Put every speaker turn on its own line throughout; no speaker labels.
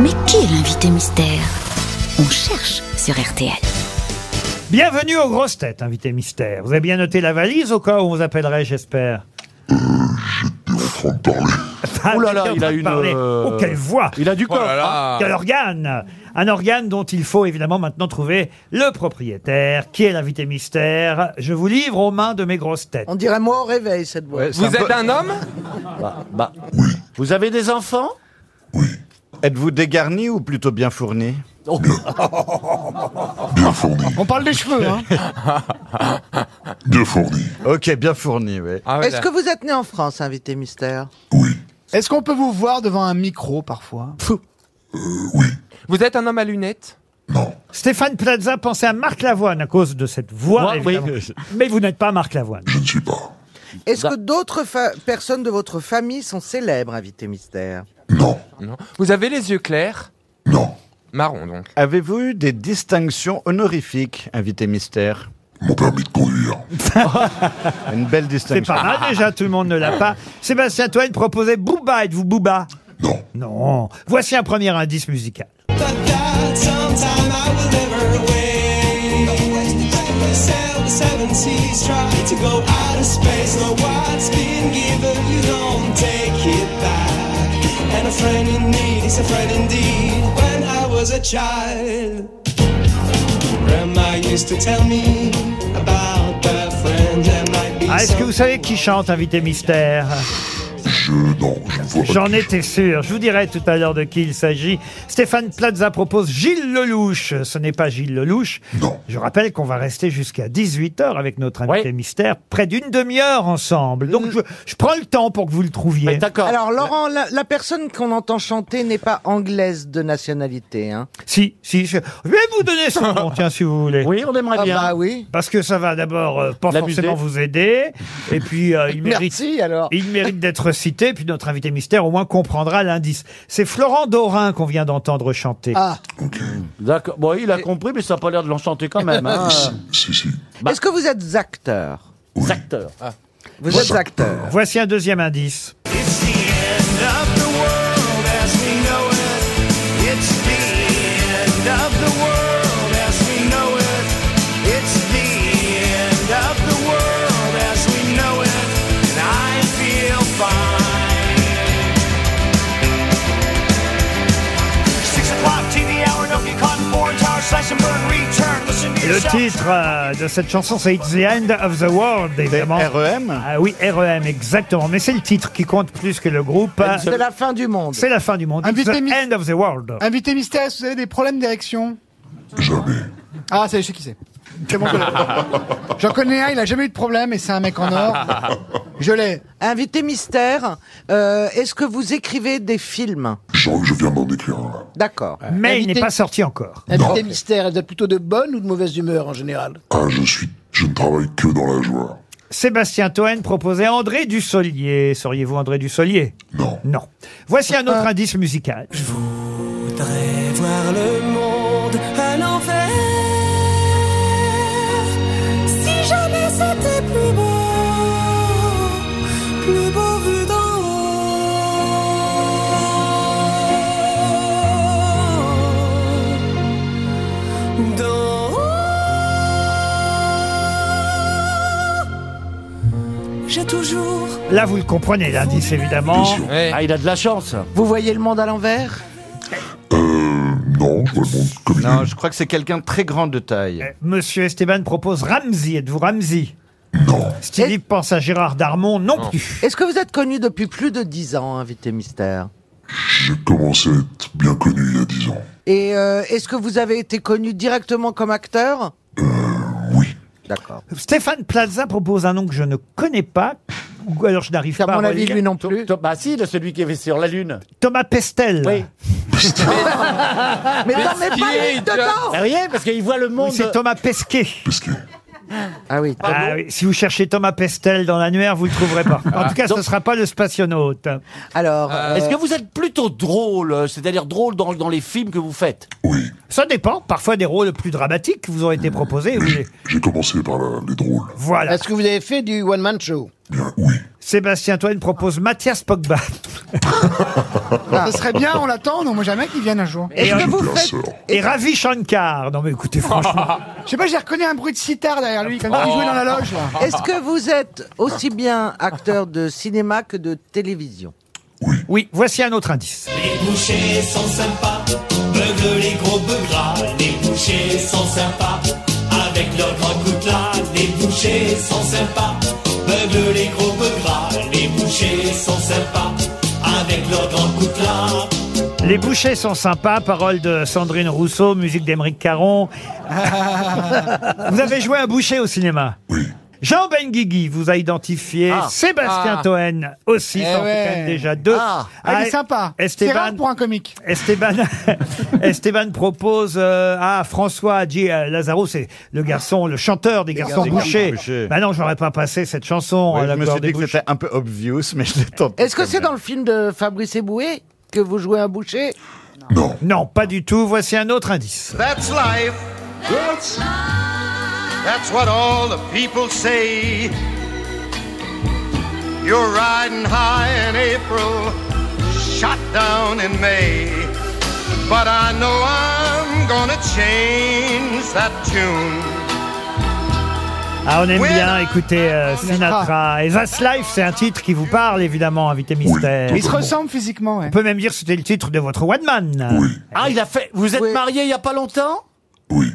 Mais qui est l'invité mystère On cherche sur RTL.
Bienvenue aux grosses têtes, invité mystère. Vous avez bien noté la valise au cas où on vous appellerait, j'espère
Oh là là,
j'étais en train
il a
de
une,
parler.
euh,
Oh, quelle voix
il a du corps, hein.
Quel organe Un organe dont il faut évidemment maintenant trouver le propriétaire, qui est l'invité mystère. Je vous livre aux mains de mes grosses têtes.
Oh.
On dirait moi au réveil cette boîte.
Vous êtes un homme
Bah, Vous avez des enfants
Êtes-vous dégarni ou plutôt bien fourni
On parle des cheveux, hein
Bien fourni.
Ok, bien fourni, oui.
Ah
Est-ce que vous êtes né en France, invité mystère
Est-ce qu'on peut vous voir devant un micro parfois
Vous êtes un homme à lunettes
Stéphane Plaza pensait à Marc Lavoine à cause de cette voix.
Voix, oui.
évidemment. Mais vous n'êtes pas Marc Lavoine.
Je ne suis pas.
Est-ce que d'autres fa- personnes de votre famille sont célèbres, invité mystère
Non.
Non. Vous avez les yeux clairs
Non.
Marron donc.
Avez-vous eu des distinctions honorifiques, invité mystère
Mon permis de conduire.
Une belle
C'est
distinction.
pas mal déjà, tout le monde ne l'a pas. Sébastien Toine proposait Booba, êtes-vous Booba
Non.
Non. Voici un premier indice musical.
Child, Grandma used to tell me about the friend that might be
Ah, Est-ce
so
que vous savez qui chante Invité Mystère
Je. Non, je ne vois pas.
J'en étais sûr. Je vous dirai tout à l'heure de qui il s'agit. Stéphane Plaza propose Gilles Lelouch. Ce n'est pas Gilles Lelouch.
Non.
Je rappelle qu'on va rester jusqu'à 18h avec notre invité mystère, près d'une demi-heure ensemble. Donc je, je prends le temps pour que vous le trouviez.
Ah.
D'accord.
Alors Laurent, la, la personne qu'on entend chanter n'est pas anglaise de nationalité. Hein
Si, si, je, je vais vous donner son nom, tiens, si vous voulez.
Oui, on aimerait
ah
bien.
bah oui.
Parce que ça va d'abord euh, pas
L'amuser.
forcément vous aider, et puis euh, il mérite,
Merci alors.
il mérite d'être cité, puis notre invité mystère au moins comprendra l'indice. C'est Florent Dorin qu'on vient d'entendre chanter.
Ah,
D'accord. Bon, il a compris, mais ça n'a pas l'air de l'enchanter quand
Bah,
même. Hein.
Si, si.
Bah.
est-ce que vous êtes acteur
Acteur.
Vous êtes acteur.
Voici un deuxième indice.
It's the end of the world as we know it. It's the end of the world as we know it. It's the end of the world as we know it. And I feel fine. Six o'clock, TV hour, no get caught in foreign tower, slice and burn, return. Listen to
Le
yourself.
titre euh, de cette chanson, c'est It's the End of the World, évidemment.
E REM
Ah oui, REM, exactement. Mais c'est le titre qui compte plus que le groupe.
C'est la fin du monde.
Bah, C'est la fin du monde. It's
Invité mi-
the End of the World.
Invité mystère, est-ce que vous avez des problèmes d'érection
Jamais.
Ah, ça y est, je sais qui c'est. C'est bon, je l'ai. J'en connais un, il a jamais eu de problème et c'est un mec en or. Je l'ai.
Invité mystère, euh, est-ce que vous écrivez des films
Genre, je viens d'en écrire un.
D'accord.
Mais il
Invité-
n'est pas sorti encore.
Invité mystère, elle est plutôt de bonne ou de mauvaise humeur en général
Ah, je suis. Je ne travaille que dans la joie.
Sébastien Toen proposait André Dussolier. Seriez-vous André Dussolier
Non.
Non. Voici un autre indice musical.
voudrais voir le monde à l'envers. Si jamais c'était plus beau, plus beau vu d'en haut. D'en haut. J'ai toujours
Là, vous le comprenez, l'indice, évidemment. Euh,
Ouais.
Ah, il a de la chance.
Vous voyez le monde à l'envers
Euh. Non, je vois le monde comme il
Non, je crois que c'est quelqu'un de très grand de taille.
Euh, Monsieur Esteban propose Ramsey. Êtes-vous Ramsey
est. Non.
Stevie pense à Gérard Darmon non, plus.
Est-ce que vous êtes connu depuis plus de 10 ans, invité mystère
J'ai commencé à être bien connu il y a 10 ans.
Et euh, est-ce que vous avez été connu directement comme acteur
Oui.
D'accord.
Stéphane Plaza propose un nom que je ne connais pas, ou alors je n'arrive
À
pas à
mon avis,
relire.
lui non plus.
Tom- Bah si, de celui qui est sur la Lune.
Thomas Pestel.
Oui.
Mais non, mais pas lui dedans
Bah, vous voyez, parce qu'il voit le
Oui,
monde...
c'est Thomas Pesquet.
Parce que.
Ah oui.
Ah oui, si vous cherchez Thomas Pestel dans l'annuaire, vous le trouverez pas. En tout cas, ce ne sera pas le spationaute.
Alors, euh,
Est-ce
Est-ce que vous êtes plutôt drôle, euh, c'est-à-dire drôle dans, dans les films que vous faites
Oui.
Ça dépend. Parfois, des rôles plus dramatiques vous ont été proposés. vous les-
J'ai commencé par la- les drôles.
Voilà.
Est-ce que vous avez fait du one-man show
Sébastien Toine propose Mathias Pogba.
Ce serait bien, on l'attend, non, moi jamais qu'il vienne un jour.
Et, euh, et Ravi Shankar. Non mais écoutez,
Ah.
franchement.
Je sais pas, j'ai reconnu un bruit de sitar derrière lui, comme s'il
Oh.
jouait dans la loge, là.
Est-ce que vous êtes aussi bien acteur de cinéma que de télévision
oui, voici un autre indice.
Les bouchers sont sympas, beugles les gros bœufs gras. Les bouchers sont sympas, avec leurs grands coutelas. Les bouchers sont sympas, beugles les gros bœufs gras. Les bouchers sont sympas, avec leurs grands coutelas.
Les bouchers sont sympas, parole de Sandrine Rousseau, musique d'Émeric Caron. vous avez joué un boucher au cinéma
Oui.
Jean Benguigui vous a identifié, Sébastien
Ah.
Toen aussi,
Eh
ça en fait
ouais.
quand même déjà deux.
Ah.
Ah, il
Ah,
est sympa. C'est
Esteban,
rare pour un comique.
Esteban, Esteban propose euh, à François Hadji euh, Lazaro, c'est le garçon, le chanteur des garçons
Garçons
bouchés.
Bouchers.
Bah non, j'aurais pas passé cette chanson
Ouais,
à
je
Ah, la
me
gloire
suis
des
dit que
bouchers.
c'était un peu obvious, mais je l'ai tenté.
Est-ce que
quand
c'est
même.
dans le film de Fabrice Eboué que vous jouez un boucher
Non.
Non, pas du tout. Voici un autre indice.
That's life. That's, that's what all the people say. You're riding high in April, shot down in May. But I know I'm gonna change that tune.
Ah, on aime bien écouter euh, Sinatra. Et That's Life, c'est un titre qui vous parle, évidemment, invité mystère.
Il se ressemble physiquement, ouais.
On peut même dire que c'était le titre de votre One Man.
Oui.
Ah, il a fait. Vous êtes
Oui.
marié il y a pas longtemps
Oui.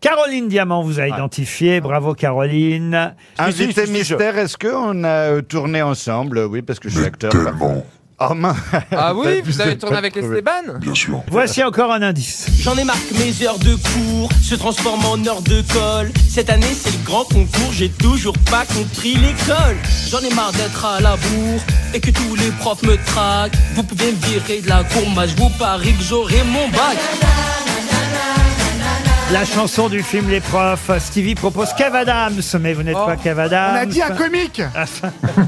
Caroline Diamant vous a identifié. Bravo, Caroline.
Ah. Invité
Si, si, si, je-
mystère, est-ce qu'on a euh, tourné ensemble Oui, parce que je suis acteur.
Tellement.
Oh mince
Ah oui,
Je
vous avez
l'ai
tourné
pas
avec
trouvé.
Esteban
Bien sûr.
Voici encore un indice.
J'en ai marre que mes heures de cours se transforment en heures de colle. Cette année, c'est le grand concours, j'ai toujours pas compris l'école. J'en ai marre d'être à la bourre et que tous les profs me traquent. Vous pouvez me virer de la cour, moi je vous parie que j'aurai mon bac.
La chanson du film Les Profs. Stevie propose Cavadams, mais vous n'êtes
Oh.
pas Cavadams.
On a dit un comique.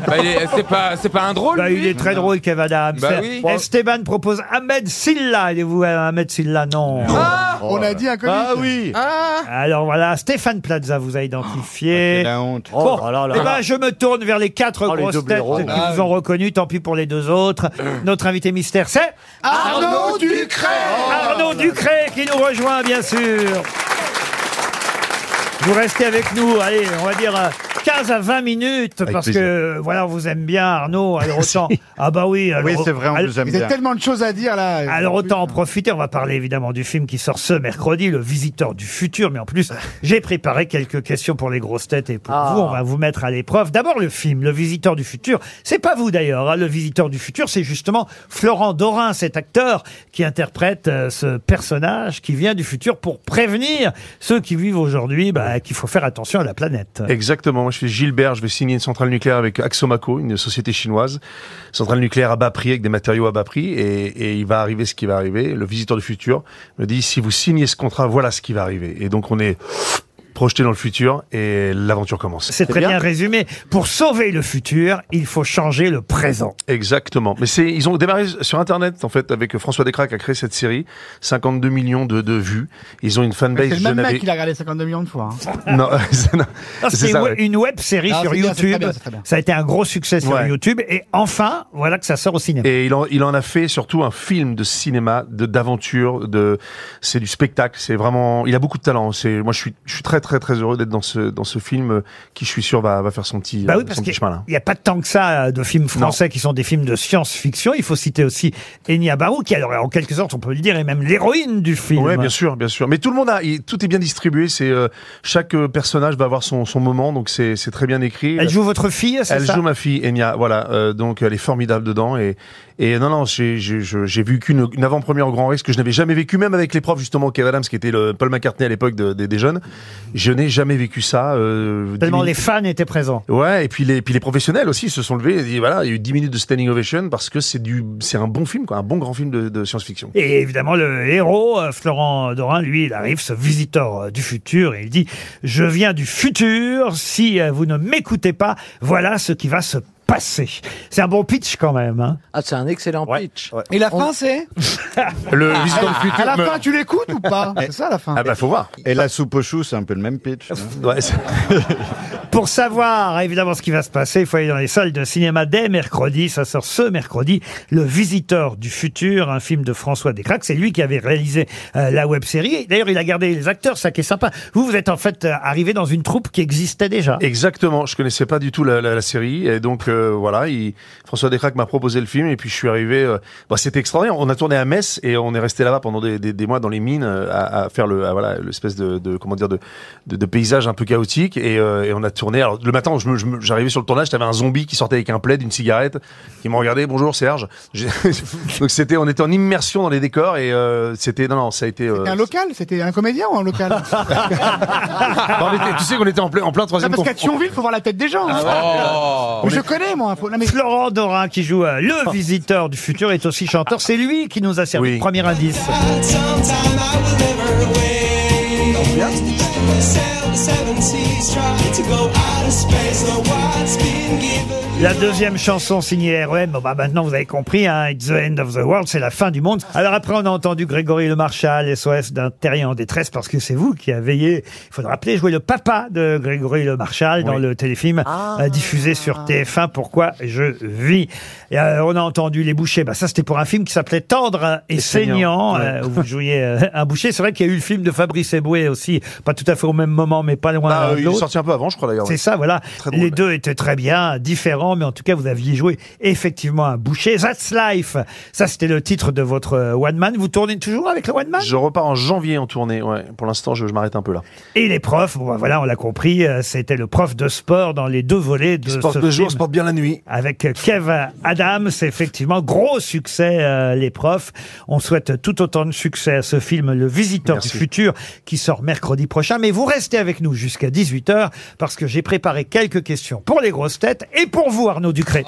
Bah, il est- C'est pas, c'est pas un drôle
Bah,
lui
il est très drôle, Cavadams.
Bah oui.
Esteban propose Ahmed Silla. Il est vous, euh, Ahmed Silla Non.
Ah
Oh
On a dit un comique.
Ah oui
Hein
Alors voilà, Stéphane Plaza vous a
C'est
identifié.
Eh, la honte.
Bon,
là là là
eh ben, je me tourne vers les quatre
Oh, les
grosses
doubles
têtes
rôles.
qui vous ont reconnu. Tant pis pour les deux autres. Notre invité mystère, c'est
Arnaud Ducret
Arnaud Ducret qui nous rejoint, bien sûr. Vous restez avec nous, allez, on va dire euh, 15 à 20 minutes, parce
plaisir.
que, voilà, on vous aime bien, Arnaud, alors autant... ah bah oui, alors,
Oui, c'est vrai, on
Ah,
alors-
vous aime
Il y a
bien.
tellement de choses à dire, là.
alors autant
hein.
en profiter, on va parler évidemment du film qui sort ce mercredi, Le Visiteur du Futur, mais en plus, j'ai préparé quelques questions pour les grosses têtes et pour vous, on va vous mettre à l'épreuve. D'abord le film, Le Visiteur du Futur, c'est pas vous d'ailleurs, hein, Le Visiteur du Futur, c'est justement Florent Dorin, cet acteur qui interprète euh, ce personnage qui vient du futur pour prévenir ceux qui vivent aujourd'hui bah, qu'il faut faire attention à la planète.
Exactement, moi je suis Gilbert, je vais signer une centrale nucléaire avec Axomaco, une société chinoise. Centrale nucléaire à bas prix, avec des matériaux à bas prix, et, et il va arriver ce qui va arriver. Le visiteur du futur me dit, si vous signez ce contrat, voilà ce qui va arriver. Et donc on est projeté dans le futur, et l'aventure commence.
C'est très bien résumé. Pour sauver le futur, il faut changer le présent.
Exactement. Mais c'est, ils ont démarré sur Internet, en fait, avec François Descraques qui a créé cette série. 52 millions de, de vues. Ils ont une fanbase.
C'est le même
je
mec
n'avais-
qui l'a regardé 52 millions de fois. hein.
Non, c'est- non,
Ah,
c'est
C'est
ça,
we-
ouais.
une web série
Ah,
sur
c'est bien, c'est très
YouTube.
bien, c'est très bien.
ça a été un gros succès sur
Ouais.
YouTube. Et enfin, voilà que ça sort au cinéma.
Et il en, il en a fait surtout un film de cinéma, de d'aventure, de c'est du spectacle. C'est vraiment, il a beaucoup de talent. C'est moi, je suis, je suis très très très heureux d'être dans ce dans ce film euh, qui, je suis sûr, va va faire son petit,
Bah
euh,
oui, parce
son petit
qu'il
chemin là.
n'y a pas tant que ça euh, de films français qui sont des films de science-fiction. Il faut citer aussi Enya Barou, qui alors en quelque sorte, on peut le dire, est même l'héroïne du film.
Ouais, bien sûr, bien sûr. Mais tout le monde a, il- tout est bien distribué. C'est euh, chaque euh, personnage va avoir son son moment, donc c'est c'est très bien écrit.
Elle joue votre fille, c'est
Elle
ça
joue ma fille, Enya. Voilà, euh, donc elle est formidable dedans. Et, et non, non, j'ai j'ai- je- j'ai vu qu'une une avant-première au Grand Rex que je n'avais jamais vécu, même avec les profs justement, Kev Adams, qui était le Paul McCartney à l'époque de- des- des jeunes. Je n'ai jamais vécu ça. euh, dix
Tellement
minutes-
les fans étaient présents.
Ouais, et puis les, puis les professionnels aussi se sont levés. Et dit, voilà, il y a eu 10 minutes de standing ovation parce que c'est du, c'est un bon film, quoi, un bon grand film de, de science-fiction.
Et évidemment, le héros, euh, Florent Dorin, lui, il arrive, ce visiteur euh, du futur, et il dit « Je viens du futur, si euh, vous ne m'écoutez pas, voilà ce qui va se passer. » C'est un bon pitch quand même. hein.
Ah, c'est un excellent pitch.
Et la fin, c'est
Le visiteur du futur.
Ah, À la
me-
fin, tu l'écoutes ou pas C'est ça, la fin
Eh, Ah bah faut voir.
Et la soupe aux choux, c'est un peu le même pitch. non
Ouais, c'est-
Pour savoir évidemment ce qui va se passer, il faut aller dans les salles de cinéma dès mercredi. Ça sort ce mercredi. Le Visiteur du futur, un film de François Descraques. C'est lui qui avait réalisé euh, la web série. D'ailleurs, il a gardé les acteurs, ça qui est sympa. Vous, vous êtes en fait euh, arrivé dans une troupe qui existait déjà.
Exactement, je connaissais pas du tout la, la- la série et donc euh, voilà, il- François Descraques m'a proposé le film et puis je suis arrivé. euh, bah, c'était extraordinaire. On a tourné à Metz et on est resté là-bas pendant des, des- des mois dans les mines euh, à, à faire le à, voilà l'espèce de, de- comment dire de, de, de paysage un peu chaotique et, euh, et on a tourné. Alors le matin, je me- je me- j'arrivais sur le tournage, t'avais un zombie qui sortait avec un plaid, une cigarette, qui m'a regardé. Bonjour Serge. J'ai- donc c'était, on était en immersion dans les décors et euh, c'était non non, ça a été. euh,
C'était un local C'était un comédien ou un local
bah, on était- tu sais qu'on était en plein en plein
Ah,
troisième
Parce qu'à
confinement.
Thionville, faut voir la tête des gens. hein.
Oh.
Ah ouais.
Mais je connais, moi. faut- non, mais-
Florent Dorin qui joue euh, le visiteur du futur est aussi chanteur. C'est lui qui nous a servi le premier indice.
Sometime I will never win. Seven, seven seas try to go out of space. No what's been given.
La deuxième chanson signée R.E.M., bon, bah, maintenant vous avez compris, hein, It's the end of the world, c'est la fin du monde. Alors après on a entendu Grégory Le Marchal, SOS d'un terrien en détresse, parce que c'est vous qui avez veillé, il faut le rappeler, jouer le papa de Grégory Le Marchal dans le téléfilm
Ah.
euh, diffusé sur TF1, Pourquoi je vis. Et, euh, on a entendu Les Bouchers, bah, ça c'était pour un film qui s'appelait Tendre et, saignant,
saignant,
euh, où vous jouiez euh, un boucher. C'est vrai qu'il y a eu le film de Fabrice Eboué aussi, pas tout à fait au même moment, mais pas loin
Bah,
l'un de
euh, il est
l'autre.
sorti un peu avant, je crois d'ailleurs.
C'est ça, voilà. Les deux étaient très bien, différents, mais en tout cas, vous aviez joué effectivement un boucher. That's Life. Ça, c'était le titre de votre euh, One Man. Vous tournez toujours avec le One Man
Je repars en janvier en tournée. Ouais. Pour l'instant, je, je m'arrête un peu là.
Et les profs, bon, bah, voilà, on l'a compris, euh, c'était le prof de sport dans les deux volets de
Sport
ce
de
film.
jour, sport bien la nuit.
Avec Kev Adams, effectivement, gros succès, euh, les profs. On souhaite tout autant de succès à ce film, Le Visiteur du Futur, qui sort mercredi prochain. Mais vous restez avec nous jusqu'à 18h, parce que j'ai préparé quelques questions pour les grosses têtes et pour vous, Arnaud Ducré.